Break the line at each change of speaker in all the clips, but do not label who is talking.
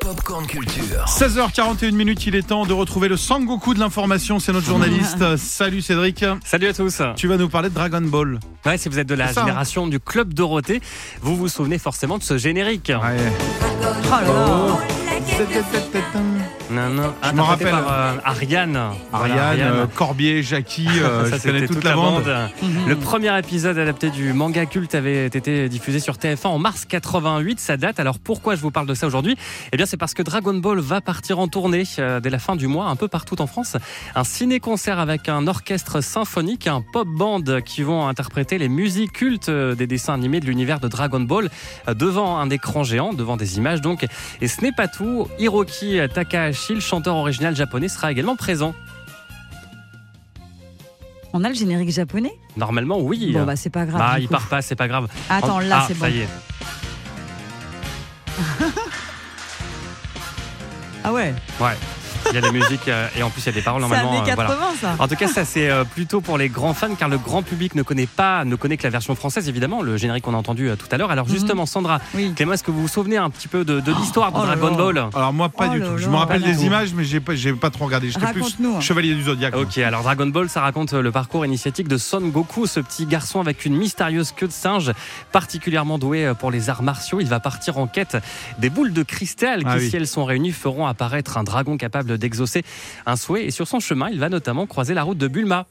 Popcorn Culture.
16h41 minutes, il est temps de retrouver le Sangoku de l'information, c'est notre journaliste. Salut Cédric,
Salut à tous.
tu vas nous parler de Dragon Ball.
Ouais, si vous êtes de la
C'est ça, hein.
génération du club Dorothée, vous vous souvenez forcément de ce générique.
Oh.
Non, non.
Je
interprété
m'en rappelle.
Par, euh, Ariane. Voilà,
Ariane, euh, Corbier, Jackie, euh,
Ça,
je connais
c'était
toute, la bande.
Le premier épisode adapté du manga culte avait été diffusé sur TF1 en mars 88, ça date. Alors pourquoi je vous parle de ça aujourd'hui Eh bien c'est parce que Dragon Ball va partir en tournée euh, dès la fin du mois un peu partout en France. Un ciné-concert avec un orchestre symphonique, et un pop band qui vont interpréter les musiques cultes euh, des dessins animés de l'univers de Dragon Ball euh, devant un écran géant, devant des images donc. Et ce n'est pas tout, Hiroki Takahashi, le chanteur original japonais, sera également présent.
On a le générique japonais
Normalement oui.
Bon, bah, c'est pas grave.
Bah,
du
il
coup.
part pas, c'est pas grave.
Attends, là,
Ah,
c'est bon.
Ça y est.
Ah ouais,
Ouais. Il y a la musique euh, et en plus il y a des paroles
c'est
normalement.
années
euh,
80,
voilà.
ça.
En tout cas, ça c'est euh, plutôt pour les grands fans car le grand public ne connaît pas, ne connaît que la version française évidemment, le générique qu'on a entendu euh, tout à l'heure. Alors
Mhm.
justement, Sandra,
Oui.
Clément, est-ce que vous vous souvenez un petit peu de, de l'histoire de
oh là
Dragon
là.
Ball
Alors moi pas
Oh
du
là
tout, je
là.
me rappelle
Pas du
des
tout.
images mais j'ai pas, j'ai pas trop regardé, j'étais plus
Raconte-nous.
Chevalier du Zodiac. moi.
Ok, alors Dragon Ball, ça raconte euh, le parcours initiatique de Son Goku, ce petit garçon avec une mystérieuse queue de singe, particulièrement doué euh, pour les arts martiaux. Il va partir en quête des boules de cristal qui,
Ah oui.
si elles sont réunies, feront apparaître un dragon capable d'exaucer un souhait. Et sur son chemin, il va notamment croiser la route de Bulma.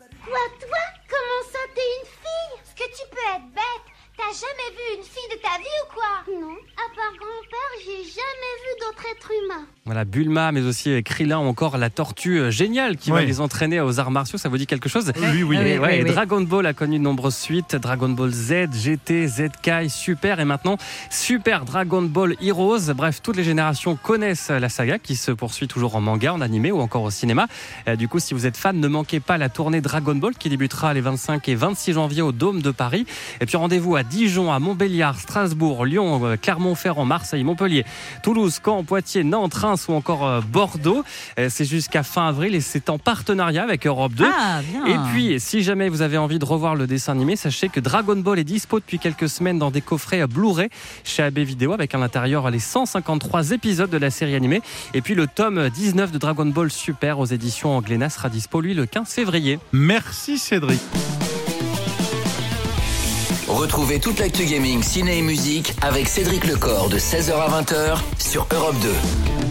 Comment ça, t'es une fille Est-ce que tu peux être bête T'as jamais vu une fille de ta vie ou quoi Non, à part grand-père, j'ai jamais vu d'autres êtres humains.
Voilà, Bulma, mais aussi euh, Krillin ou encore la tortue euh, géniale qui va
Oui.
les entraîner aux arts martiaux. Ça vous dit quelque chose
Oui, oui.
Ah
Et eh, ouais, et
oui.
Dragon Ball a connu de nombreuses suites. Dragon Ball Z, GT, ZK, Super et maintenant Super Dragon Ball Heroes. Bref, toutes les générations connaissent la saga qui se poursuit toujours en manga, en animé ou encore au cinéma. Euh, du coup, si vous êtes fan, ne manquez pas la tournée Dragon Ball qui débutera les 25 et 26 janvier au Dôme de Paris. Et puis rendez-vous à Dijon, à Montbéliard, Strasbourg, Lyon, euh, Clermont-Ferrand, Marseille, Montpellier, Toulouse, Caen, Poitiers, Nantes, Reims ou encore euh, Bordeaux. Euh, C'est jusqu'à fin avril et c'est en partenariat avec Europe 2.
Ah, bien.
Et puis, si jamais vous avez envie de revoir le dessin animé, sachez que Dragon Ball est dispo depuis quelques semaines dans des coffrets Blu-ray chez AB Vidéo avec à l'intérieur les 153 épisodes de la série animée. Et puis le tome 19 de Dragon Ball Super aux éditions Glénat sera dispo lui le 15 février.
Merci Cédric.
Retrouvez toute l'actu gaming, ciné et musique avec Cédric Lecor de 16h à 20h sur Europe 2.